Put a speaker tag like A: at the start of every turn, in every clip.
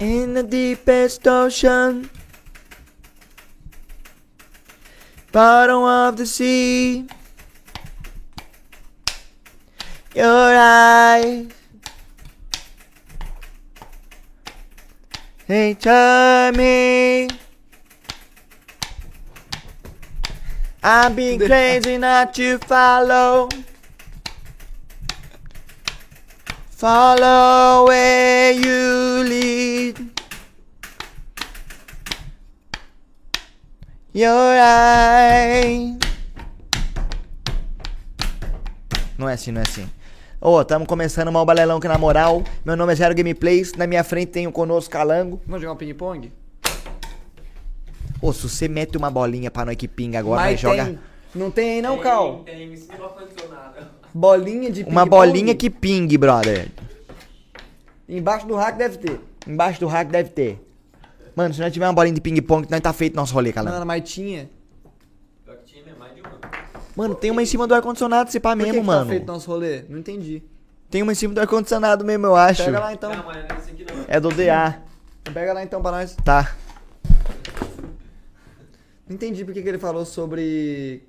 A: In the deepest ocean, bottom of the sea, your eyes, they tell me I've been crazy not to follow, follow where you lead. Your eyes. Não é assim, não é assim. Ô, tamo começando mal balelão que na moral. Meu nome é Zero Gameplays. Na minha frente tem o Conosco Calango.
B: Vamos jogar um ping-pong?
A: Ô, se você mete uma bolinha pra nós que pinga agora,
B: Mas
A: nós joga.
B: tem. Não tem aí não, Cal?
C: Tem, tem, isso não ar-condicionado.
B: Bolinha de
A: Uma
B: ping-pong?
A: bolinha que pingue, brother.
B: Embaixo do rack deve ter.
A: Embaixo do rack deve ter. Mano, se nós tiver uma bolinha de ping-pong, nós tá feito nosso rolê,
B: Mano,
A: Calango.
B: mas tinha.
C: Pior que tinha, né? Mais de uma.
A: Mano, tem uma em cima do ar-condicionado, se pá
B: Por que
A: mesmo,
B: que
A: mano.
B: tá feito nosso rolê? Não entendi.
A: Tem uma em cima do ar-condicionado mesmo, eu acho.
B: Pega lá então.
C: Não, mas não é esse aqui não.
A: É do DA.
B: Pega lá então pra nós.
A: Tá.
B: Não entendi porque que ele falou sobre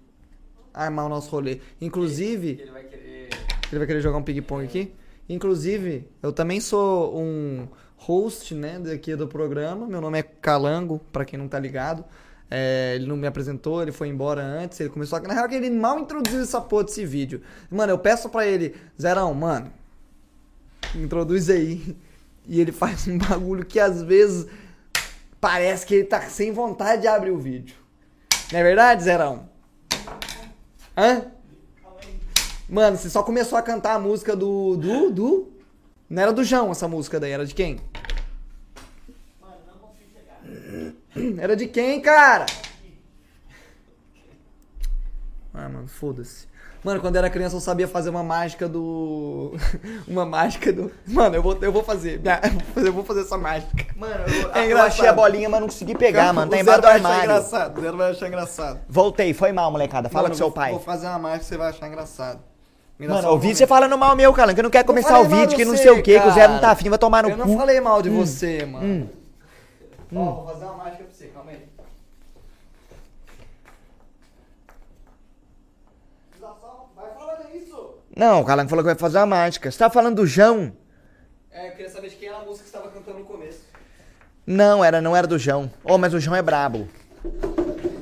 B: armar o nosso rolê. Inclusive...
C: Ele vai querer.
B: Ele vai querer jogar um ping-pong aqui. Inclusive, eu também sou um host, né, daqui do programa. Meu nome é Calango, pra quem não tá ligado. É, ele não me apresentou, ele foi embora antes, ele começou a... Na real, que ele mal introduziu essa porra desse vídeo. Mano, eu peço pra ele, Zerão, mano, introduz aí. E ele faz um bagulho que às vezes parece que ele tá sem vontade de abrir o vídeo. Não é verdade, Zerão? Hã? Mano, você só começou a cantar a música do. do. do. Não era do João essa música daí, era de quem? Era de quem, cara? Ah, mano, foda-se. Mano, quando eu era criança eu sabia fazer uma mágica do. uma mágica do. Mano, eu vou, eu vou fazer. Minha- Eu vou fazer essa mágica.
A: Mano,
B: É
A: eu,
B: engraçado.
A: achei a bolinha, mas não consegui pegar, mano. Tá
B: O
A: embaixo
B: Zero
A: do
B: vai achar
A: armário.
B: é engraçado. O Zero vai achar engraçado.
A: Voltei, foi mal, molecada. Fala
B: Mano,
A: com seu
B: eu vou-
A: pai.
B: Vou fazer uma mágica que você vai achar engraçado. Me dá
A: Mano,
B: só
A: eu
B: um
A: ouvi
B: momento.
A: você falando mal meu, cara, que eu não quero começar o
B: falei mal
A: vídeo,
B: de
A: que não
B: você,
A: sei o que, que o Zé não tá
B: cara.
A: afim, vai tomar no
B: Eu
A: cu.
B: não falei mal de você, mano.
A: Hum.
B: Ó, vou fazer uma mágica pra você, calma aí. Vai falando isso!
A: Não, o Calango falou que vai fazer uma mágica. Você tá falando do João?
B: É, eu queria saber de quem era a música que você tava cantando no começo.
A: Não, era, não era do João. Oh, mas o João é brabo.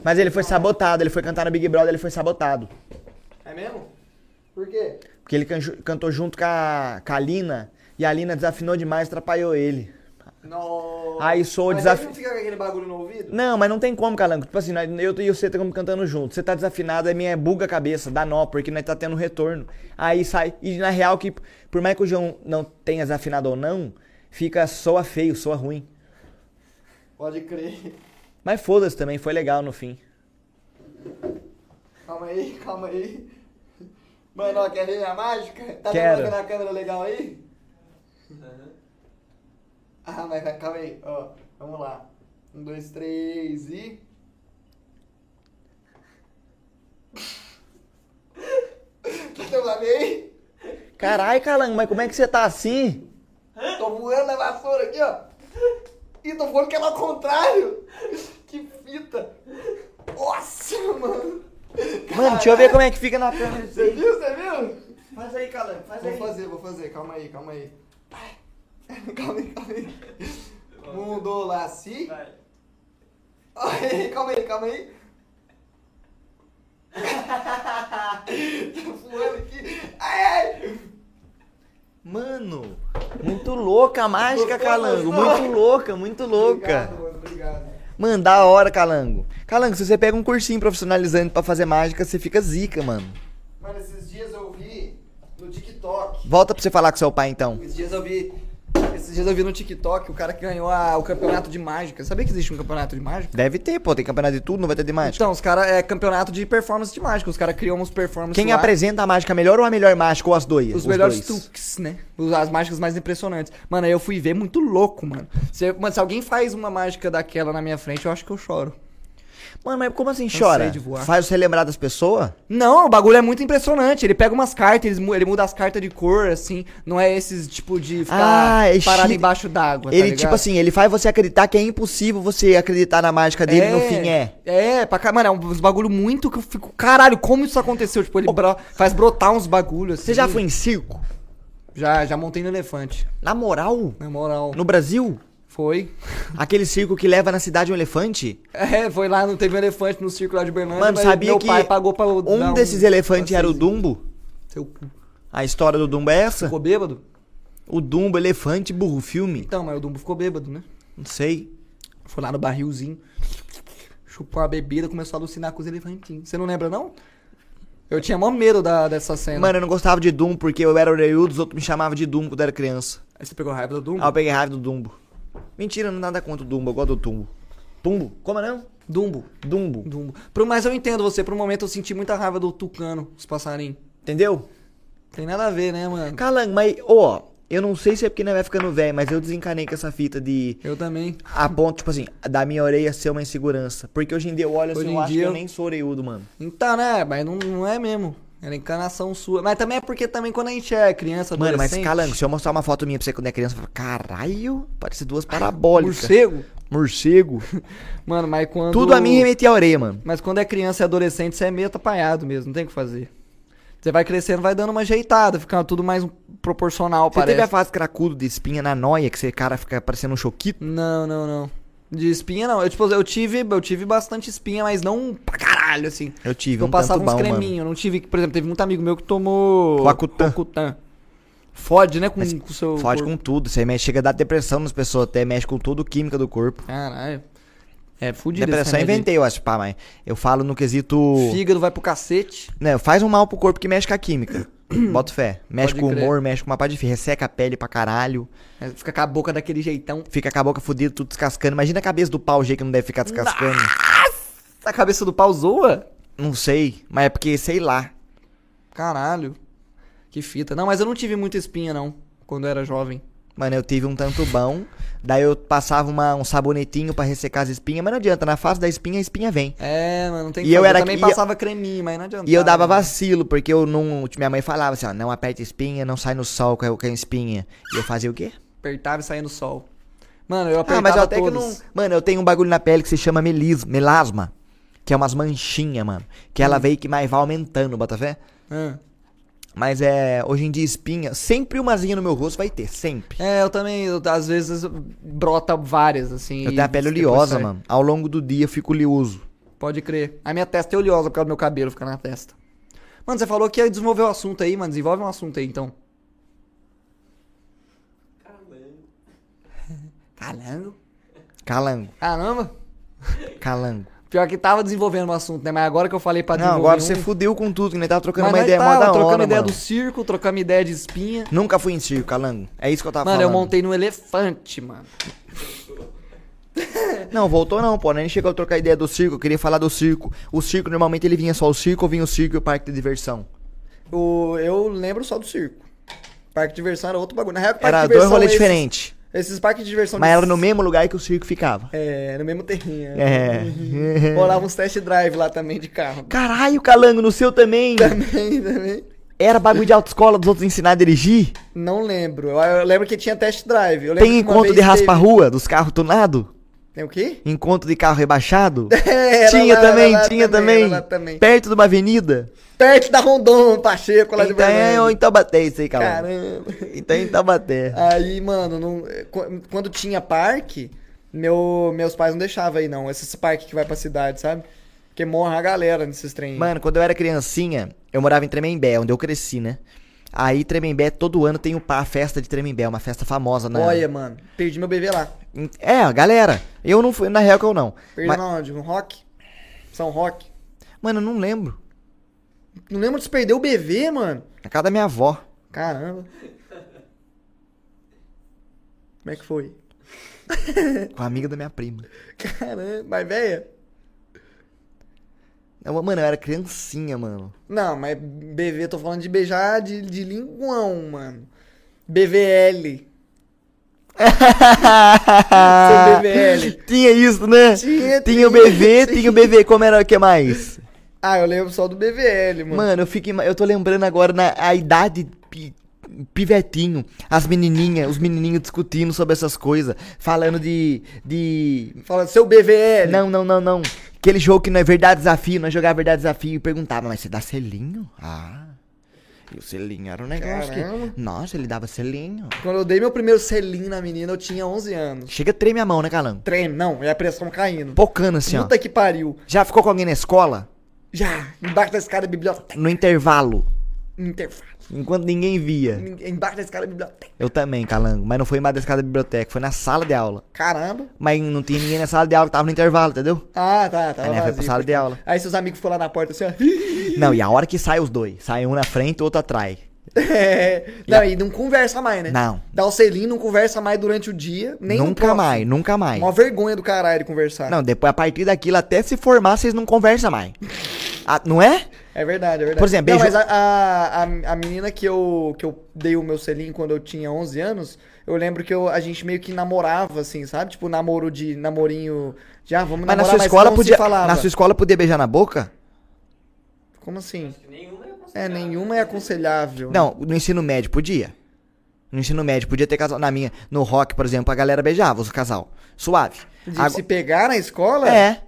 A: Mas ele foi sabotado, ele foi cantar no Big Brother, ele foi sabotado.
B: É mesmo? Por quê?
A: Porque ele canjo- cantou junto com a, com a Lina, e a Lina desafinou demais, atrapalhou ele.
B: No...
A: Aí sou
B: Mas
A: desafi-
B: ele não fica com aquele bagulho no ouvido?
A: Não, mas não tem como, Calango. Tipo assim, nós- eu e você estamos cantando junto. Você tá desafinado, aí minha buga a cabeça, dá nó, porque nós tá tendo um retorno. Aí sai. E na real que, por mais que o João não tenha desafinado ou não, fica soa feio, soa ruim.
B: Pode crer.
A: Mas foda-se também, foi legal no fim.
B: Calma aí, calma aí. Mano, ó, quer ver a mágica? Tá
A: Quero.
B: vendo na câmera legal aí?
C: Aham.
B: Ah, mas vai, calma aí, ó. Vamos lá. Um, dois, três e. Tá teu aí?
A: Carai, Calango, mas como é que você tá assim?
B: Tô voando na vassoura aqui, ó. Ih, tô voando que ela ao contrário. Que fita. Nossa, mano.
A: Mano, deixa eu ver como é que fica na câmera.
B: Você viu, você viu?
A: Faz aí, Calango, faz
B: Vou fazer, vou fazer. Calma aí, calma aí. Calma aí, calma aí. Mudou lá, si.
C: Vai.
B: Ai, calma aí, calma aí. Tô voando aqui. Ai, ai.
A: Mano, muito louca a mágica,
B: Gostou,
A: Calango.
B: gostou?
A: Muito louca, muito louca.
B: Obrigado, mano, obrigado.
A: Mano, da hora, Calango. Calango, se você pega um cursinho profissionalizante pra fazer mágica, você fica zica, mano.
B: Mano, esses dias eu vi no TikTok.
A: Volta pra você falar com seu pai, então.
B: Esses dias eu vi. Esses dias eu vi no TikTok o cara que ganhou a- o campeonato de mágica. Sabia que existe um campeonato de mágica?
A: Deve ter, pô. Tem campeonato de tudo, não vai ter de mágica.
B: Então, os caras. É campeonato de performance de mágica. Os caras criam uns performances.
A: Quem
B: lá,
A: apresenta a mágica melhor ou a melhor mágica? Ou as duas?
B: Os melhores
A: dois.
B: truques, né? Os- As mágicas mais impressionantes. Mano, aí eu fui ver muito louco, mano. Se, mano, se alguém faz uma mágica daquela na minha frente, eu acho que eu choro.
A: Mano, mas como assim
B: Cansei
A: chora?
B: de voar.
A: Faz você lembrar das pessoas?
B: Não, o bagulho é muito impressionante. Ele pega umas cartas, ele mu- ele muda as cartas de cor, assim. Não é esses tipo de ficar
A: Ah, é
B: parado
A: chi-
B: embaixo d'água. tá
A: ele,
B: ligado?
A: tipo assim, ele faz você acreditar que é impossível você acreditar na mágica dele no fim é.
B: É, pra cá, mano, é uns bagulho muito que eu fico. Caralho, como isso aconteceu? Tipo, ele bro- faz brotar uns bagulhos assim.
A: Você já foi em circo?
B: Já, já montei no elefante.
A: Na moral?
B: Na moral.
A: No Brasil?
B: Foi.
A: Aquele circo que leva na cidade um elefante?
B: É, foi lá, não teve um elefante no circo lá de Berlândia.
A: Mano,
B: mas
A: sabia
B: meu
A: que
B: pai pagou pra eu dar
A: Um desses elefantes era o
B: passeiozinho.
A: Dumbo?
B: Seu cu.
A: A história do Dumbo é essa?
B: Ficou bêbado?
A: O Dumbo, elefante, burro, filme?
B: Então, mas o Dumbo ficou bêbado, né?
A: Não sei.
B: Foi lá no barrilzinho, chupou a bebida, começou a alucinar com os elefantinhos. Você não lembra, não? Eu tinha mó medo da, dessa cena.
A: Mano, eu não gostava de Dumbo porque eu era orelhudo, os outros me chamavam de Dumbo quando era criança.
B: Aí você pegou raiva do Dumbo?
A: Aí eu peguei raiva do Dumbo. Mentira, não nada contra o Dumbo, eu gosto do Dumbo. Dumbo? Como é não?
B: Dumbo.
A: Dumbo.
B: Dumbo. Pro, mas eu entendo você, por um momento eu senti muita raiva do tucano, os passarinhos.
A: Entendeu?
B: Tem nada a ver, né, mano?
A: Calango, mas, ó, eu não sei se é porque não vai ficando velho, mas eu desencanei com essa fita de.
B: Eu também.
A: A ponto, tipo assim, da minha orelha ser uma insegurança. Porque hoje em dia eu olho assim,
B: Hoje
A: eu
B: em
A: acho
B: dia
A: que eu
B: eu-
A: nem sou orelhudo, mano.
B: Então, né, mas não, não é mesmo. Era encanação sua. Mas também é porque também quando a gente é criança,
A: Mano, mas é
B: adolescente,
A: calango, se eu mostrar uma foto minha pra você quando é criança, você fala, caralho, parece duas parabólicas.
B: Morcego?
A: Morcego.
B: Mano, mas quando...
A: Tudo a mim remetia a orelha, mano.
B: Mas quando é criança e adolescente, você é meio atrapalhado mesmo, não tem o que fazer. Você vai crescendo, vai dando uma ajeitada, ficando tudo mais proporcional,
A: Você
B: parece.
A: teve a fase cracudo de espinha na noia, que você, cara, fica parecendo um choquito?
B: Não, não, não. De espinha, não. Eu, tipo, eu tive, eu tive bastante espinha, mas não pra caralho, assim.
A: Eu tive,
B: Eu
A: um
B: passava
A: tanto
B: uns
A: bom,
B: creminhos, não tive... Por exemplo, teve muito amigo meu que tomou...
A: Roacutan.
B: Roacutan. Fode, né, com
A: Mas
B: o seu
A: mano. Fode
B: corpo.
A: com tudo, você mexe, chega a dar depressão nas pessoas, até mexe com todo o química do corpo.
B: Caralho. É, fudido esse
A: depressão eu
B: remédio aí.
A: inventei, eu acho, pá, mas eu falo no quesito...
B: Fígado vai pro cacete.
A: Não, faz um mal pro corpo que mexe com a química. Bota fé. Mexe
B: Pode
A: com o
B: crer.
A: humor, mexe com uma pá de fio, resseca a pele pra caralho.
B: É, Fica com a boca daquele jeitão.
A: Fica com a boca fudida, tudo descascando. Imagina a cabeça do pau, o jeito que não deve ficar descascando.
B: A cabeça do pau zoa?
A: Não sei, mas é porque, sei lá.
B: Caralho. Que fita. Não, mas eu não tive muita espinha, não. Quando eu era jovem.
A: Mano, eu tive um tanto bom. Daí eu passava uma- um sabonetinho pra ressecar as espinhas, mas não adianta, na face da espinha, a espinha vem.
B: É, mano, não tem
A: E eu
B: fazer.
A: era
B: também
A: que- e eu-
B: passava creminho, mas não adiantava.
A: E eu dava
B: né?
A: vacilo, porque eu não. Minha mãe falava assim, ó, não aperta espinha, não sai no sol com a, com a espinha. E eu fazia o quê?
B: Apertava e saía no sol. Mano, eu apertava
A: Ah, mas eu até
B: todas.
A: que não. Mano, eu tenho um bagulho na pele que se chama melis, melasma. Que é umas manchinhas, mano. Que
B: Hum.
A: ela veio que mais vai aumentando, Botafé.
B: Ah.
A: Mas é. Hoje em dia, espinha. Sempre umazinha no meu rosto vai ter, sempre.
B: É, eu também, eu- às vezes, brota várias, assim.
A: Eu
B: e
A: tenho a pele
B: depois
A: oleosa,
B: sai.
A: mano. Ao longo do dia eu fico oleoso.
B: Pode crer. A minha testa é oleosa por causa do meu cabelo ficar na testa. Mano, você falou que ia desenvolver o assunto aí, mano. Desenvolve um assunto aí, então.
D: Caramba.
B: Calango.
A: Calango,
B: Caramba.
A: calango.
B: Pior que tava desenvolvendo o assunto, né? Mas agora que eu falei pra
A: Não,
B: desenvolver
A: agora
B: um,
A: você fudeu com tudo, que nem tava trocando
B: Mas
A: uma
B: nós
A: ideia mó
B: tava
A: da
B: trocando
A: hora,
B: ideia
A: mano.
B: do circo, trocando ideia de espinha.
A: Nunca fui em circo, calango. É isso que eu tava
B: mano, eu
A: falando.
B: montei no elefante, mano.
A: Não, voltou não, pô. Nem chegou a trocar ideia do circo. Eu queria falar do circo. O circo, normalmente, ele vinha só o circo ou vinha o circo e o parque de diversão?
B: O- eu lembro só do circo. Parque de diversão era outro bagulho. Na real, parque
A: Era
B: de
A: dois
B: diversão
A: rolês
B: é esses-
A: diferentes.
B: Esses parques de diversão.
A: Mas
B: de-
A: era no mesmo lugar que o circo ficava.
B: É, no mesmo terrinho.
A: É.
B: Rolava uns test drive lá também de carro.
A: Caralho, calango, no seu também.
B: Também, também.
A: Era bagulho de autoescola dos outros ensinar a dirigir?
B: Não lembro. Eu, eu lembro que tinha test drive. Eu lembro
A: Tem
B: que uma
A: encontro
B: vez
A: de raspa-rua dos carros tunados?
B: teve- Tem o quê?
A: Encontro de carro rebaixado?
B: É, era
A: tinha
B: lá, era
A: também,
B: lá
A: tinha
B: era
A: também,
B: lá também.
A: Perto de uma avenida.
B: Perto da Rondon, Pacheco, lá de
A: então é
B: Berlândia.
A: ou em Taubaté isso aí, calango.
B: Caramba.
A: Então é em Taubaté.
B: Aí, mano, não- qu- quando tinha parque, meu- meus pais não deixavam aí, não. Esse parque que vai pra cidade, sabe? Porque morra a galera nesses trem.
A: Mano, quando eu era criancinha, eu morava em Tremembé, onde eu cresci, né? Aí Tremembé, todo ano tem o pa- a festa de Tremembé, uma festa famosa, né?
B: Olha, mano, perdi meu bebê lá.
A: É, a galera. Eu não fui, na real que eu não.
B: Perdi
A: Mas-
B: na onde? No Rock? São Roque?
A: mano, eu não lembro.
B: Não lembro de se perder o bebê, mano.
A: Na casa da minha avó.
B: Caramba. Como é que foi?
A: Com a amiga da minha prima.
B: Caramba, mas véia.
A: Eu- mano, eu era criancinha, mano.
B: Não, mas bebê, tô falando de beijar de, de linguão, mano. BVL. um
E: BVL.
A: Tinha isso, né?
B: Tinha,
A: Tinha o BV, tinha o BV. Como era o que mais?
B: Ah, eu lembro só do BVL, mano.
A: Mano, eu fico, ima- eu tô lembrando agora na a idade pi- pivetinho, as menininhas, os menininhos discutindo sobre essas coisas, falando de de
B: Fala, seu BVL.
A: Não, não, não, não. Aquele jogo que não é verdade desafio, nós jogava verdade desafio e perguntava, mas você dá selinho? Ah. E o selinho era um negócio
B: Caramba.
A: que, nossa, ele dava selinho.
B: Quando eu dei meu primeiro selinho na menina, eu tinha 11 anos.
A: Chega, treme a mão, né, Calão?
B: Treme, não, é a pressão caindo.
A: Pocando assim, ó.
B: Puta que pariu.
A: Já ficou com alguém na escola?
B: Já, embaixo da escada da biblioteca.
A: No intervalo,
B: Intervalo.
A: enquanto ninguém via.
B: Embaixo da escada da biblioteca.
A: Eu também, Calango, mas não foi embaixo da escada da biblioteca, foi na sala de aula.
B: Caramba.
A: Mas não tinha ninguém na sala de aula que tava no intervalo, entendeu?
B: Ah, tá, tá.
A: Aí, né, foi pra sala de aula.
B: Aí seus amigos ficam lá na porta assim, ó.
A: Não, e a hora que sai os dois, sai um na frente, o outro atrás.
B: É. Não, e não conversa mais, né?
A: Não.
B: Dá o selinho, não conversa mais durante o dia, nem no
A: nunca
B: próximo.
A: mais, nunca mais.
B: Uma vergonha do caralho de conversar.
A: Não, depois a partir daquilo até se formar vocês não conversam mais. Ah, não é?
B: É verdade, é verdade.
A: Por exemplo,
B: não,
A: beijo-
B: mas a, a, a, a menina que eu, que eu dei o meu selinho quando eu tinha 11 anos, eu lembro que eu, a gente meio que namorava, assim, sabe? Tipo, namoro de namorinho. Já, vamos
A: Mas na
B: namorar,
A: sua escola
B: não se
A: podia,
B: falava.
A: na sua escola podia beijar na boca?
B: Como assim?
F: Acho que nenhuma é
B: É,
F: aconselhável.
B: nenhuma é aconselhável.
A: Não, no ensino médio podia. No ensino médio podia ter casal. Na minha, no rock, por exemplo, a galera beijava os casal. Suave.
B: De
A: Agora-
B: se pegar na escola?
A: É,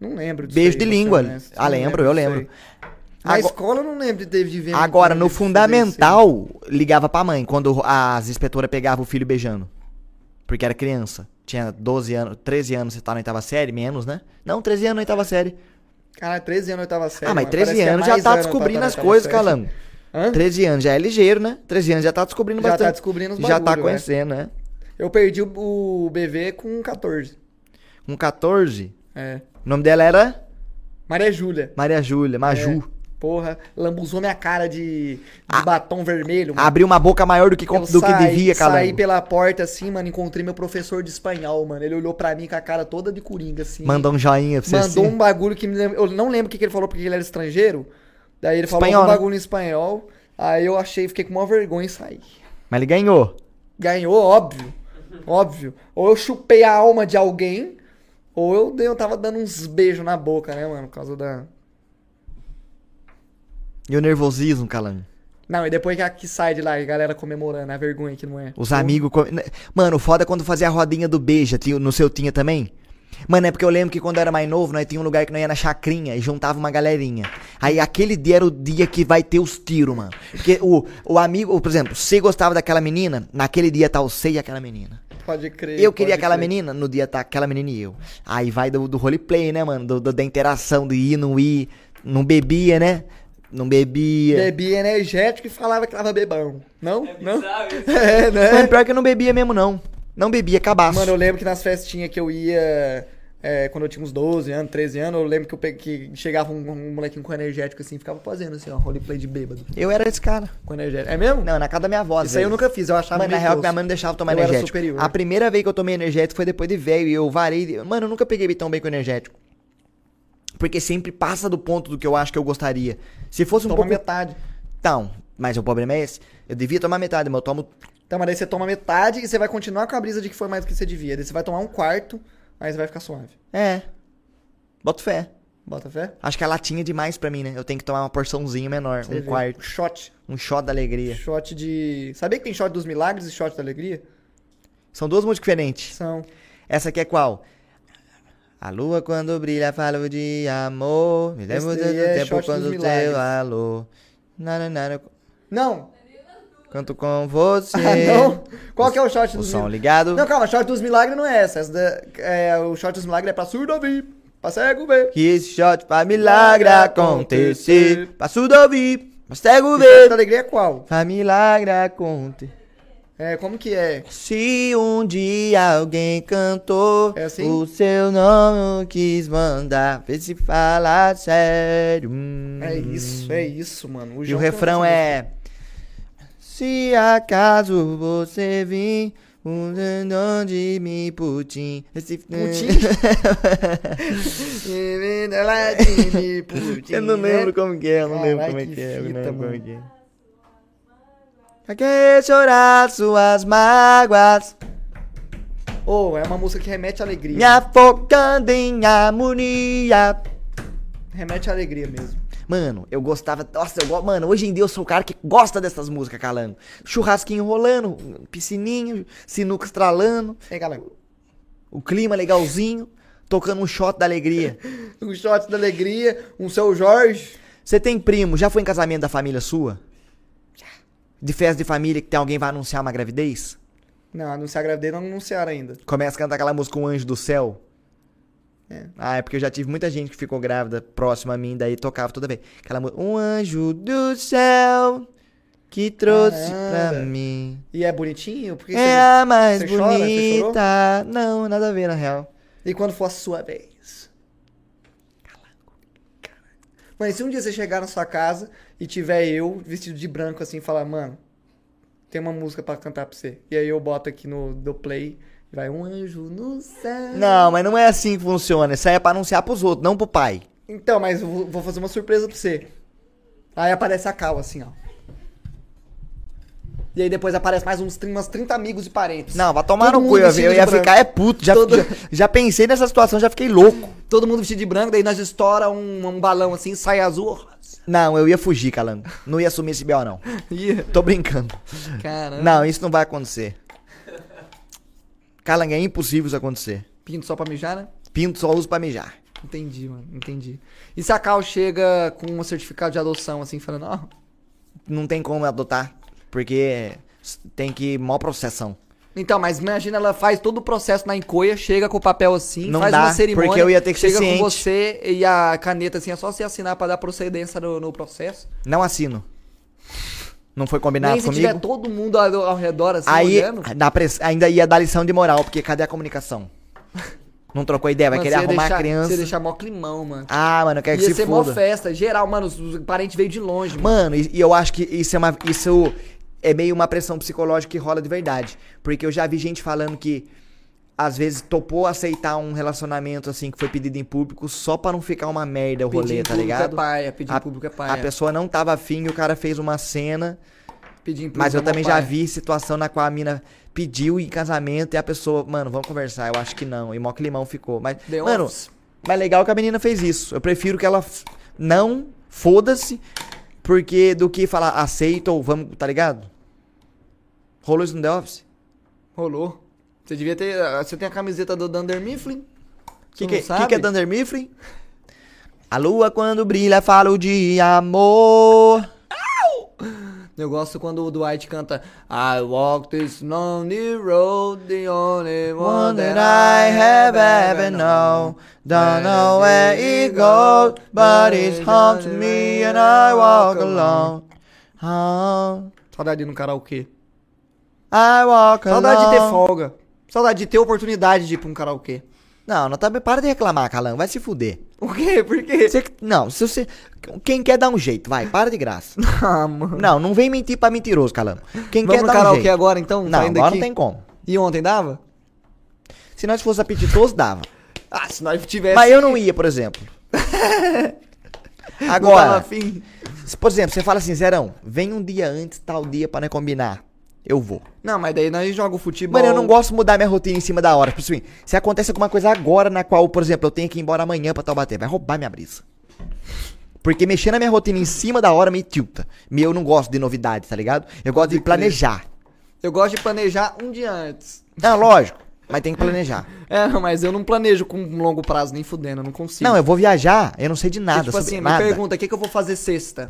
B: Não lembro disso.
A: beijo
B: aí,
A: de
B: vou ser
A: língua.
B: honesto.
A: Ah,
B: Não
A: lembro, eu
B: disso
A: lembro.
B: aí. Na
A: Agora-
B: escola eu não lembro de ter de ver.
A: Agora,
B: de
A: no
B: fazer isso é aí.
A: fundamental, ligava pra mãe quando as inspetoras pegavam o filho beijando. Porque era criança. Tinha 12 anos, 13 anos, você tá na oitava série, menos, né? Não, 13 anos na oitava série.
B: Cara, 13 anos eu tava sério.
A: ah, mas
B: mano.
A: 13
B: Parece que é
A: anos já
B: mais
A: tá
B: ano pra
A: descobrindo
B: tá
A: as
B: na
A: coisas,
B: série.
A: Calango.
B: Hã?
A: 13 anos já é ligeiro, né? 13 anos já tá descobrindo
B: Já tá
A: bastante.
B: descobrindo os
A: Já tá
B: bagulho, é.
A: conhecendo, né?
B: Eu perdi o- o BV com 14.
A: Com 14,
B: É.
A: o nome dela era
B: Maria Júlia.
A: Maria Júlia, Maju.
B: Porra, lambuzou minha cara de, de batom vermelho. mano.
A: Abriu uma boca maior do que, com-
B: É. Eu
A: do que
B: saí-
A: devia,
B: Saí
A: Calango.
B: pela porta assim, mano, encontrei meu professor de espanhol, mano. Ele olhou pra mim com a cara toda de coringa, assim.
A: Mandou um joinha pra você
B: Mandou
A: assim.
B: um bagulho que me lembra. Eu não lembro o que, que ele falou porque ele era estrangeiro. Daí ele falou
A: Espanhol,
B: um
A: né?
B: bagulho em espanhol. Aí eu achei, fiquei com maior vergonha e saí.
A: Mas ele ganhou.
B: Ganhou, óbvio. Óbvio. Ou eu chupei a alma de alguém, ou eu, dei- eu tava dando uns beijos na boca, né, mano? Por causa da.
A: E o nervosismo, Calango.
B: Não, e depois que, a- que sai de lá, a galera comemorando, a vergonha que não é.
A: Os amigos. co- né? Mano, o foda é quando fazia a rodinha do beija, tinha- no seu tinha também. Mano, é porque eu lembro que quando eu era mais novo, nós tinha um lugar que nós ia na chacrinha e juntava uma galerinha. Aí aquele dia era o dia que vai ter os tiros, mano. Porque o, o amigo, por exemplo, você gostava daquela menina, naquele dia tá você e aquela menina.
B: Pode crer.
A: Eu
B: pode
A: queria aquela
B: crer.
A: menina, no dia tá aquela menina e eu. Aí vai do, do roleplay, né, mano? Do, do- da interação, de ir, não ir. Não bebia, né? Não bebia.
B: Bebia energético e falava que tava bebão. Não?
F: É
B: não?
F: bizarro isso.
B: É,
A: Mas
B: né?
A: pior que eu não bebia mesmo, não. Não bebia, cabaço.
B: Mano, eu lembro que nas festinhas que eu ia. é, quando eu tinha uns 12 anos, 13 anos, eu lembro que, eu pe- que chegava um, um molequinho com energético assim, ficava fazendo assim, ó, roleplay de bêbado.
A: eu era esse cara.
B: Com energético. É mesmo?
A: Não, na casa da minha avó. às
B: Isso aí eu
A: vezes.
B: nunca fiz, eu achava
A: Mano, na
B: meio
A: real, que minha
B: tosco.
A: mãe não deixava eu tomar
B: Eu era
A: energético.
B: superior.
A: A primeira vez que eu tomei energético foi depois de velho e eu varei. de- Mano, eu nunca peguei tão bem com energético. Porque sempre passa do ponto do que eu acho que eu gostaria. Se fosse um
B: Toma
A: pouco.
B: metade.
A: Então, mas o problema é esse. Eu devia tomar metade, mas eu tomo.
B: Então, mas daí você toma metade e você vai continuar com a brisa de que foi mais do que você devia. Daí você vai tomar um quarto, aí você vai ficar suave.
A: É. Boto fé.
B: Bota fé?
A: Acho que a latinha é demais pra mim, né? Eu tenho que tomar uma porçãozinha menor, um
B: Cerveja.
A: quarto,
B: Shot.
A: um shot da alegria.
B: Shot de. Sabia que tem shot dos milagres e shot da alegria?
A: São duas muito diferentes.
B: São.
A: Essa aqui é qual? A lua quando brilha, falo de amor. Me lembro do
B: Esse daí é
A: tempo
B: Shot dos
A: quando
B: Milagres.
A: teu alô. Nara, nara,
B: Não!
A: canto com você.
B: Ah, não! Qual que é o shot
A: O
B: dos
A: som
B: milagres?
A: ligado.
B: Não, calma, shot dos milagres não é essa. essa da- é, o shot dos milagres é pra surdo ouvir, pra cego ver.
A: Que esse shot pra milagre acontecer. Pra surdo ouvir, pra cego
B: E shot
A: ver.
B: da alegria é qual?
A: Pra milagre acontecer.
B: É, como que é?
A: Se um dia alguém cantou
B: É assim?
A: o seu nome, eu quis mandar ver se fala sério. Hum.
B: É isso, é isso, mano.
A: E o
B: João
A: refrão
B: canta essa
A: é: Se acaso você vir um de me putin, esse
B: música. assim, Ela é de Putin,
A: Eu não
B: né?
A: lembro como que é, eu não lembro
B: Carai,
A: como é
B: que
A: que é, eu não
B: fita,
A: lembro como é
B: mano.
A: que é. Pra que chorar suas mágoas?
B: Ou é uma música que remete à alegria.
A: Me afogando em harmonia.
B: Remete à alegria mesmo.
A: Mano, eu gostava. Nossa, eu gosto. Mano, hoje em dia eu sou o cara que gosta dessas músicas calando. Churrasquinho rolando, piscininho, sinuca estralando,
B: Ei, galera.
A: o clima legalzinho, tocando um shot da alegria.
B: Um shot da alegria, um seu Jorge.
A: Você tem primo, já foi em casamento da família sua? De festa de família que tem alguém vai anunciar uma gravidez?
B: Não, anunciar gravidez não anunciaram ainda.
A: Começa a cantar aquela música Um Anjo do Céu.
B: É.
A: Ah, é porque eu já tive muita gente que ficou grávida próxima a mim, daí tocava toda vez. Aquela música. Um anjo do céu que trouxe pra
B: Caramba.
A: mim.
B: E é bonitinho? Porque
A: é a mais
B: você chora? Você
A: bonita. Não, nada a ver, na real.
B: E quando for a sua vez? Mas se um dia você chegar na sua casa e tiver eu vestido de branco assim e falar, mano, tem uma música pra cantar pra você. E aí eu boto aqui no do play e vai um anjo no céu.
A: Não, mas não é assim que funciona. Isso aí é pra anunciar pros outros, não pro pai.
B: Então, mas eu vou vou fazer uma surpresa pra você. Aí aparece a Cal assim, ó. E aí depois aparece mais uns, trin- umas 30 amigos e parentes.
A: Não, vai tomar
B: Todo
A: no
B: mundo
A: cu. Eu,
B: vestido
A: eu
B: de
A: ia
B: branco.
A: ficar é puto. Já,
B: Todo-
A: já, já pensei nessa situação, já fiquei louco.
B: Todo mundo vestido de branco, daí nós estoura um, um balão assim, sai azul.
A: Não, eu ia fugir, calango. Não ia assumir esse B.O., não.
B: Ih,
A: Tô brincando.
B: Caramba.
A: Não, isso não vai acontecer. Calango, é impossível isso acontecer.
B: Pinto só pra mijar, né?
A: Pinto só uso pra mijar.
B: Entendi, mano. Entendi. E se a Cal chega com um certificado de adoção, assim, falando, ó,
A: Não tem como adotar, porque tem que mó processão.
B: Então, mas imagina, ela faz todo o processo na encolha, chega com o papel assim,
A: Não
B: faz
A: dá,
B: uma cerimônia.
A: porque eu ia ter que ser
B: Chega
A: ciente.
B: com você e a caneta assim, é só você assinar pra dar procedência no, no processo.
A: Não assino. Não foi combinado
B: Nem se
A: comigo?
B: tiver todo mundo ao, ao redor assim,
A: Aí
B: olhando.
A: na press- ainda ia dar lição de moral, porque cadê a comunicação? Não trocou ideia, vai
B: Mano,
A: querer
B: você ia
A: arrumar
B: deixar,
A: a
B: Você
A: criança.
B: ia deixar mó climão, mano.
A: Ah, mano, eu quero que
B: ia
A: se
B: ser mó
A: foda.
B: festa. Geral, mano, os, os parentes veio de longe, mano.
A: Mano, e, e eu acho que isso é uma. Isso é meio uma pressão psicológica que rola de verdade. Porque eu já vi gente falando que às vezes topou aceitar um relacionamento assim que foi pedido em público só pra não ficar uma merda o rolê, tá
B: é
A: ligado?
B: paia, pedir
A: A-
B: em público é
A: A
B: paia.
A: pessoa não tava afim e o cara fez uma cena.
B: Pedir em público
A: Mas eu
B: é mó
A: também já
B: paia.
A: vi situação na qual a mina pediu em casamento e a pessoa, mano, vamos conversar. Eu acho que não. E mó climão ficou. Mas,
B: The
A: mano,
B: Office.
A: mas legal que a menina fez isso. Eu prefiro que ela f- não foda-se, porque do que falar aceita ou vamos, tá ligado? Rolou isso no The Office?
B: Rolou. Você devia ter. ah, Você tem a camiseta do Dunder Mifflin?
A: O
B: Você
A: que,
B: não
A: que, que,
B: sabe?
A: que é Dunder Mifflin? A lua quando brilha fala de amor.
B: Eu gosto quando o Dwight canta I walk this lonely road, the only
A: One that I have ever known. Don't know where it goes, but it's home to me and I walk alone. Home,
B: Saudade no karaokê.
A: I walk alone.
B: Saudade de ter folga. Saudade de ter oportunidade de ir pra um karaokê.
A: Não, não tá bem. Para de reclamar, Calango. Vai se fuder.
B: O quê? Por quê?
A: Você que- não, se você. Quem quer dar um jeito, vai, para de graça.
B: Ah, mano.
A: Não, não vem mentir pra mentiroso, Calango. Quem
B: Vamos
A: quer
B: no
A: dar um
B: karaokê
A: jeito.
B: agora então?
A: não,
B: Saindo
A: agora
B: daqui?
A: não tem como.
B: E ontem dava?
A: Se nós fosse apetitoso, dava.
B: Ah, se nós tivéssemos.
A: Mas eu não ia, por exemplo.
B: Tava
A: Agora,
B: afim.
A: se, por exemplo, você fala assim, Zerão, vem um dia antes, tal dia, pra nós combinar. Eu vou.
B: Não, mas daí nós jogamos futebol.
A: Mano, eu não gosto de mudar minha rotina em cima da hora. Tipo assim, se acontece alguma coisa agora na qual, por exemplo, eu tenho que ir embora amanhã pra Taubaté, vai roubar minha brisa. Porque mexer na minha rotina em cima da hora me tilta. Me- Eu não gosto de novidades, tá ligado? Eu gosto de planejar.
B: Eu gosto de planejar um dia antes.
A: Não, lógico, mas tem que planejar.
B: É, não, mas eu não planejo com um longo prazo, nem fudendo, eu não consigo.
A: Não, eu vou viajar, eu não sei de nada,
B: Porque, Tipo
A: sobre
B: assim,
A: nada.
B: me pergunta, o que, que eu vou fazer sexta?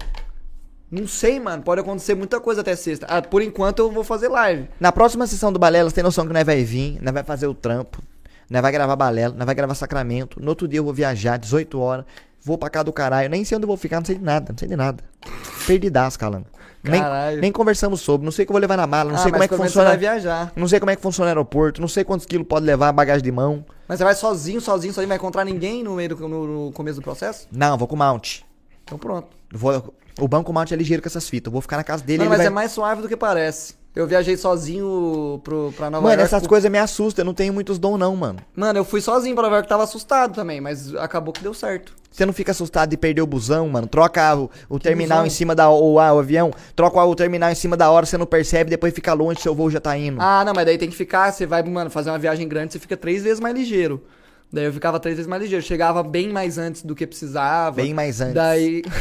B: Não sei, mano, pode acontecer muita coisa até sexta. Ah, por enquanto eu vou fazer live.
A: Na próxima sessão do Balela, você tem noção que nós vai vir, nós vai fazer o trampo, nós vai gravar Balela, nós vai gravar Sacramento. No outro dia eu vou viajar, 18 horas, vou pra cá do caralho, nem sei onde eu vou ficar, não sei de nada, não sei de nada. Perdidas, calando. Nem,
B: Caralho.
A: nem conversamos sobre, não sei o que eu vou levar na mala, não
B: Ah,
A: sei como
B: mas
A: é que
B: pelo menos
A: funciona.
B: Você vai viajar.
A: Não sei como é que funciona o aeroporto, não sei quantos quilos pode levar, bagagem de mão.
B: Mas você vai sozinho, sozinho, sozinho, vai encontrar ninguém no meio do no, no começo do processo?
A: Não, vou com o mount.
B: Então pronto.
A: Vou, o banco mount é ligeiro com essas fitas, eu vou ficar na casa dele
B: Mano,
A: ele
B: mas
A: vai...
B: é mais suave do que parece. Eu viajei sozinho pro, pra Nova
A: mano,
B: York.
A: essas coisas me assustam. Eu não tenho muitos dons, não, mano.
B: Mano, eu fui sozinho pra Nova York, tava assustado também, mas acabou que deu certo.
A: Você não fica assustado de perder o busão, mano? Troca o, o terminal
B: busão?
A: em cima da ou, ah, o avião, troca o terminal em cima da hora, você não percebe, depois fica longe, seu voo já tá indo.
B: Ah, não, mas daí tem que ficar, você vai, mano, fazer uma viagem grande, você fica três vezes mais ligeiro. Daí eu ficava três vezes mais ligeiro, chegava bem mais antes do que precisava.
A: Bem mais antes.
B: Daí...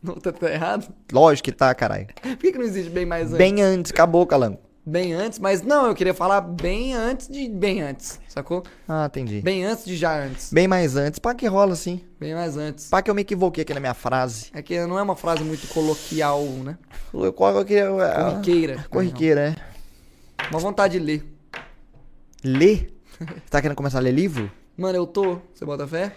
B: Não, tá, tá errado?
A: Lógico que tá, caralho.
B: Por que, que não existe bem mais antes?
A: Bem antes, acabou, calango.
B: Bem antes, mas não, eu queria falar bem antes de bem antes, sacou?
A: Ah, entendi. Bem,
B: Bem antes de já antes.
A: mais antes. Pá que rola assim.
B: Bem mais antes.
A: Pá que eu me equivoquei aqui na minha frase.
B: É que não é uma frase muito coloquial, né?
A: Eu- Qual eu queria. ah,
B: Corriqueira.
A: Corriqueira, né?
B: Uma vontade de ler.
A: Ler? Você tá querendo começar a ler livro?
B: Mano, eu tô. Você bota fé?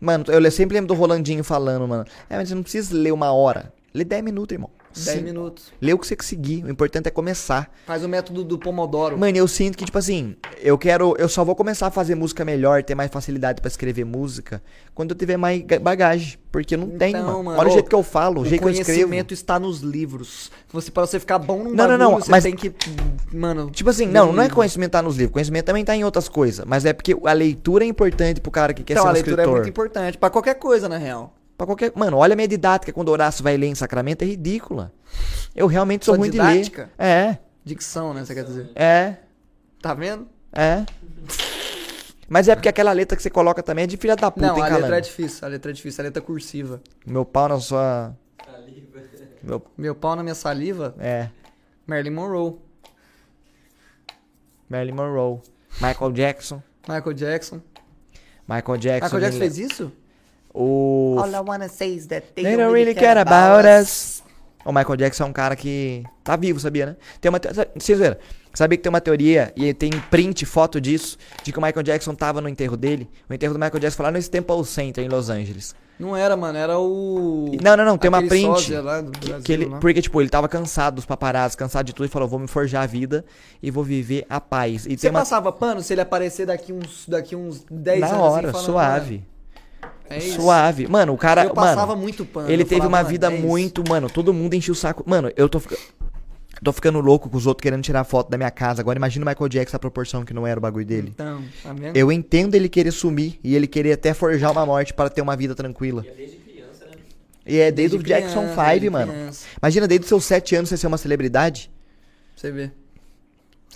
A: Mano, eu le- sempre lembro do Rolandinho falando, mano. É, mas você não precisa ler uma hora. Lê 10 minutos, irmão.
B: 10
A: Sim.
B: minutos.
A: Lê o que você conseguir. O importante é começar.
B: Faz o método do Pomodoro.
A: Mano, eu sinto que, tipo assim, eu quero. Eu só vou começar a fazer música melhor, ter mais facilidade pra escrever música quando eu tiver mais ga- bagagem. Porque não tem,
B: Então,
A: mano.
B: mano,
A: Olha o
B: ô,
A: jeito que eu falo, é o, jeito que eu escrevo.
B: conhecimento está nos livros. Você, pra você ficar bom num
A: Não, não,
B: bagulho,
A: não,
B: você
A: mas-
B: tem que... Mano...
A: Tipo assim,
B: ler
A: não,
B: um
A: não é
B: livro.
A: conhecimento tá nos livros. Conhecimento também tá em outras coisas. Mas é porque a leitura é importante pro cara que quer
B: Então,
A: ser um
B: a leitura é
A: escritor.
B: muito importante. Pra qualquer coisa, na real.
A: Pra qualquer... Mano, olha a minha didática quando o Horácio vai ler em Sacramento, é ridícula. Eu realmente sou
B: Sua
A: ruim
B: didática?
A: de ler. É,
B: Dicção, né? Você quer dizer.
A: é,
B: Tá vendo?
A: é. Mas é porque aquela letra que você coloca também é de filha da puta,
B: não,
A: hein,
B: a
A: Calando?
B: letra é difícil. A letra é difícil. A letra é cursiva.
A: Meu pau na sua...
F: Saliva.
A: Meu...
B: Meu pau na minha saliva,
A: É,
B: Marilyn Monroe.
A: Marilyn Monroe, Michael Jackson.
B: Michael Jackson.
A: Michael Jackson.
B: Michael Jackson
A: ele-
B: fez isso?
A: O...
G: All I wanna say is that they,
A: They don't really care about us. O Michael Jackson é um cara que tá vivo, sabia, né? Tem uma te... sa- Vocês viram? Sabia que tem uma teoria, e tem print, foto disso, de que o Michael Jackson tava no enterro dele. O enterro do Michael Jackson foi lá no Temple Center, em Los Angeles.
B: Não era, mano. Era o...
A: E- Não, não, não, tem uma
B: aquele
A: print.
B: sósia né? lá do
A: Que,
B: Brasil,
A: que ele,
B: lá.
A: porque, tipo, ele tava cansado dos paparazzi, cansado de tudo, e falou, vou me forjar a vida e vou viver a paz. E
B: Você
A: tem uma...
B: passava pano se ele aparecer daqui uns, daqui uns 10 anos?
A: Na
B: assim,
A: hora,
B: falando,
A: suave.
B: "Mano, É isso.
A: Suave. Mano, o cara.
B: Eu passava
A: mano,
B: muito pano,
A: Ele
B: eu
A: teve
B: falava,
A: uma
B: "Mano,
A: vida
B: é isso."
A: muito. Mano, todo mundo encheu o saco. Mano, eu tô ficando. Tô ficando louco com os outros querendo tirar foto da minha casa. Agora imagina o Michael Jackson a proporção que não era o bagulho dele.
B: Então, tá vendo?
A: Eu entendo ele querer sumir e ele querer até forjar uma morte para ter uma vida tranquila.
F: E é desde criança, né?
A: E é desde, o Jackson
B: criança,
A: 5,
B: desde
A: mano.
B: criança.
A: Imagina desde os seus 7 anos você ser uma celebridade.
B: Você vê.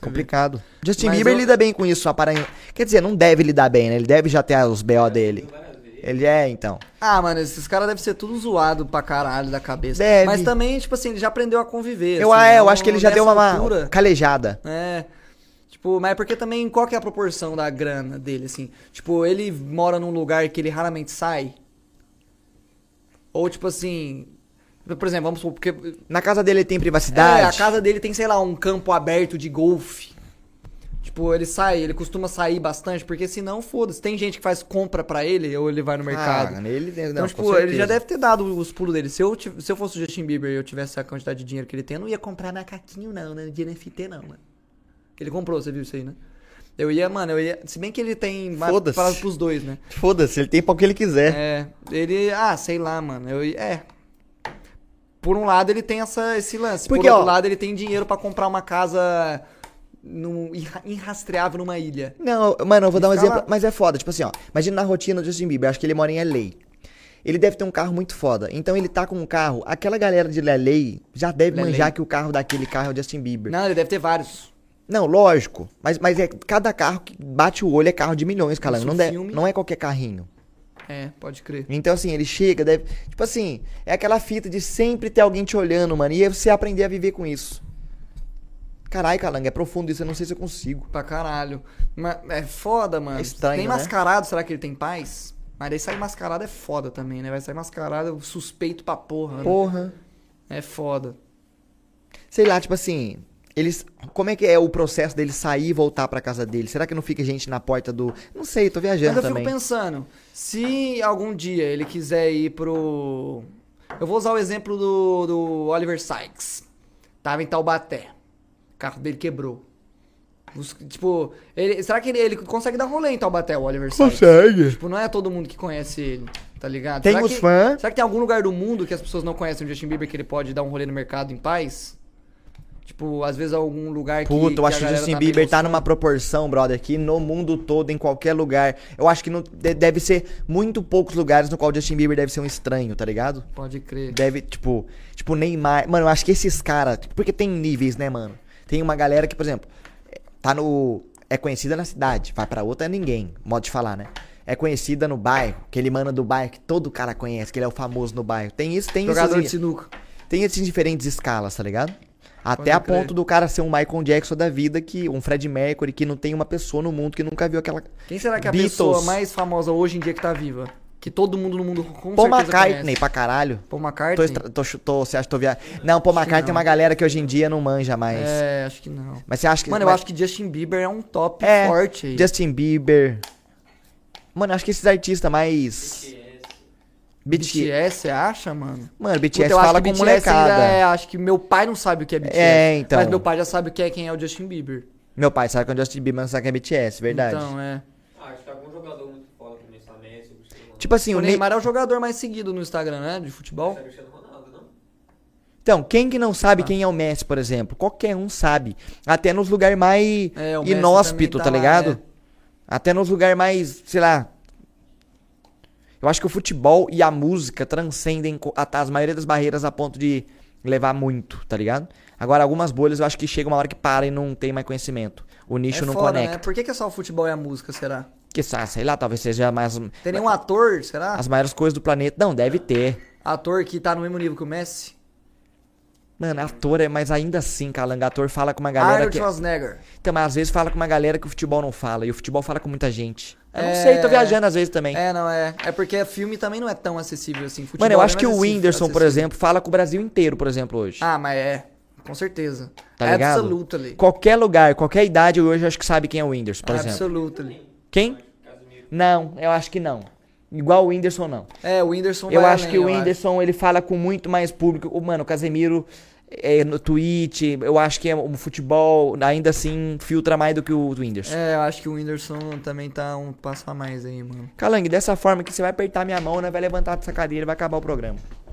A: Complicado. Justin
B: Mas
A: Bieber
B: eu-
A: lida bem com isso, aparentemente. Quer dizer, não deve lidar bem, né? Ele deve já ter os BO dele.
F: Várias vezes.
A: Ele é, então.
B: Ah, mano, esses caras devem ser tudo zoado pra caralho da cabeça.
A: Deve.
B: Mas também, tipo assim, ele já aprendeu a conviver.
A: Eu,
B: assim,
A: ah, é, eu
B: não-
A: acho que ele já deu
B: nessa
A: uma
B: altura,
A: calejada.
B: É. Tipo, mas é porque também qual que é a proporção da grana dele, assim? Tipo, ele mora num lugar que ele raramente sai? Ou, tipo assim. Por exemplo, vamos supor, porque
A: Na casa dele tem privacidade.
B: É, a casa dele tem, sei lá, um campo aberto de golfe. Tipo, ele sai, ele costuma sair bastante, porque senão, foda-se. Tem gente que faz compra pra ele ou ele vai no mercado.
A: Ah, nele, não,
B: então,
A: com
B: tipo, ele
A: certeza.
B: já deve ter dado os pulos dele. Se eu, tiv- se eu fosse o Justin Bieber e eu tivesse a quantidade de dinheiro que ele tem, eu não ia comprar macaquinho, não, né? De NFT, não, mano. Ele comprou, você viu isso aí, né? Eu ia, mano, eu ia. Se bem que ele tem mais
A: Foda-se.
B: palavras pros dois, né?
A: Foda-se, ele tem pau que ele quiser.
B: É, ele. Ah, sei lá, mano. Eu, é. Por um lado, ele tem essa, esse lance.
A: Porque,
B: Por outro
A: ó-
B: lado, ele tem dinheiro pra comprar uma casa num, irra- inrastreável numa ilha.
A: Não, mano, eu vou
B: E
A: dar um
B: fica
A: exemplo.
B: lá.
A: Mas é foda, tipo assim, ó. Imagina na rotina do Justin Bieber, acho que ele mora em LA. Ele deve ter um carro muito foda. Então ele tá com um carro. Aquela galera de LA já deve
B: LA.
A: manjar que o carro daquele carro é o Justin Bieber. Não,
B: Não, ele deve ter vários.
A: lógico. Mas, mas é cada carro que bate o olho é carro de milhões, calando.
B: Isso,
A: Não, deve-
B: filme.
A: não é qualquer carrinho.
B: É, pode crer.
A: Então, assim, ele chega, deve. Tipo assim, é aquela fita de sempre ter alguém te olhando, mano. E você aprender a viver com isso. Caralho, Calango, é profundo isso, eu não sei se eu consigo.
B: Pra caralho. Mas é foda, mano.
A: É estranho,
B: Nem
A: né?
B: mascarado, será que ele tem paz? Mas daí sair mascarado é foda também, né? Vai sair mascarado, eu suspeito pra porra. né?
A: Porra.
B: É foda.
A: Sei lá, tipo assim, eles. Como é que é o processo dele sair e voltar pra casa dele? Será que não fica gente na porta do. Não sei, tô
B: Mas
A: viajando
B: eu
A: também.
B: fico pensando, se algum dia ele quiser ir pro. Eu vou usar o exemplo do, do Oliver Sykes. Tava em Taubaté. O carro dele quebrou. Os- tipo, ele- será que ele, ele consegue dar rolê em Taubaté, o Oliver Sykes?
A: Consegue.
B: Tipo, não é todo mundo que conhece ele, tá ligado?
A: Tem
B: será
A: os
B: que,
A: fãs.
B: Será que tem algum lugar do mundo que as pessoas não conhecem o Justin Bieber que ele pode dar um rolê no mercado em paz? Tipo, às vezes algum lugar que.
A: Puta, eu
B: que
A: acho
B: a
A: que o
B: galera
A: Justin
B: tá
A: Bieber
B: meio
A: tá numa proporção, brother, que no mundo todo, em qualquer lugar. Eu acho que não, de- deve ser muito poucos lugares no qual o Justin Bieber deve ser um estranho, tá ligado?
B: Pode crer.
A: Deve, tipo, tipo, Neymar. Mano, eu acho que esses caras. Porque tem níveis, né, mano? Tem uma galera que, por exemplo, é- tá no. É conhecida na cidade, vai pra outra é ninguém, modo de falar, né? É conhecida no bairro, aquele mano do bairro que todo cara conhece, que ele é o famoso no bairro. Tem isso, tem
B: Jogador de
A: isso.
B: sinuca.
A: Tem esses diferentes escalas, tá ligado? Até
B: Pode
A: a
B: crer.
A: ponto do cara ser um Michael Jackson da vida, que um Fred Mercury, que não tem uma pessoa no mundo que nunca viu aquela.
B: Quem será que é a
A: Beatles.
B: pessoa mais famosa hoje em dia que tá viva? Que todo mundo no mundo com
A: Paul
B: certeza
A: McCartney,
B: conhece.
A: pra caralho.
B: Paul
A: Tô,
B: McCartney?
A: estra- tô, chu- tô, você acha que tô via... Não, Paul McCartney tem uma galera que hoje em dia não manja mais.
B: É, acho que não.
A: Mas você acha que.
B: Mano, eu
A: mas-
B: acho que Justin Bieber é um top
A: É,
B: forte aí.
A: Justin Bieber. Mano, eu acho que esses artistas mais. BTS.
B: BTS, você acha, mano?
A: Mano,
B: Puta,
A: BTS
B: eu acho
A: fala
B: que
A: com
B: BTS
A: molecada.
B: ainda é- acho que meu pai não sabe o que é BTS.
A: É, então.
B: Mas meu pai já sabe o que é quem é o Justin Bieber.
A: Meu pai sabe que é o Justin Bieber, mas não sabe que é BTS, verdade.
B: Então, é.
F: Ah, acho que algum jogador muito foda também, está Messi, o Cristiano Ronaldo.
A: Tipo assim,
B: o
A: o Ney...
B: Neymar é o jogador mais seguido no Instagram, né? De futebol.
F: Sabe o Cristiano Ronaldo, não?
A: Então, quem que não sabe
B: Ah.
A: quem é o Messi, por exemplo? Qualquer um sabe. Até nos lugares mais
B: É, o Messi
A: inóspito, tá,
B: também tá lá,
A: ligado?
B: é.
A: Até nos lugares mais, sei lá. Eu acho que o futebol e a música transcendem co- a- as maioria das barreiras a ponto de levar muito, tá ligado? Agora, algumas bolhas eu acho que chega uma hora que para e não tem mais conhecimento. O nicho
B: é
A: não
B: foda,
A: conecta.
B: né? Por que, que é só o futebol e a música, será?
A: Que, sa- sei lá, talvez seja mais.
B: Tem nenhum ator, será?
A: As maiores coisas do planeta. Não, deve ter.
B: Ator que tá no mesmo nível que o Messi?
A: Mano, ator é, mas ainda assim, calanga, ator fala com uma galera
B: Arnold
A: que.
B: Schwarzenegger.
A: Então, mas às vezes fala com uma galera que o futebol não fala. E o futebol fala com muita gente. Eu não
B: É.
A: sei, tô viajando às vezes também.
B: É, não, é. É porque filme também não é tão acessível assim. Futebol
A: Mano, eu
B: é
A: acho que
B: mais
A: o
B: acessível-
A: Whindersson, por
B: acessível.
A: exemplo, fala com o Brasil inteiro, por exemplo, hoje.
B: Ah, mas é. Com certeza.
A: Tá ligado?
B: Absolutely.
A: Qualquer lugar, qualquer idade, hoje eu acho que sabe quem é o Whindersson, por exemplo.
B: Absolutely.
A: Quem? Não, eu acho que não. Igual o Whindersson, não.
B: É, o Whindersson
A: Eu
B: vai
A: acho
B: além,
A: que o
B: eu
A: Whindersson, ele fala com muito mais público. O- Mano, o Casemiro é, no Twitch, eu acho que é o futebol, ainda assim, filtra mais do que o Whindersson.
B: É, eu acho que o Whindersson também tá um passo a mais aí, mano.
A: Calangue, dessa forma que você vai apertar minha mão, né? Vai levantar dessa cadeira e vai acabar o programa.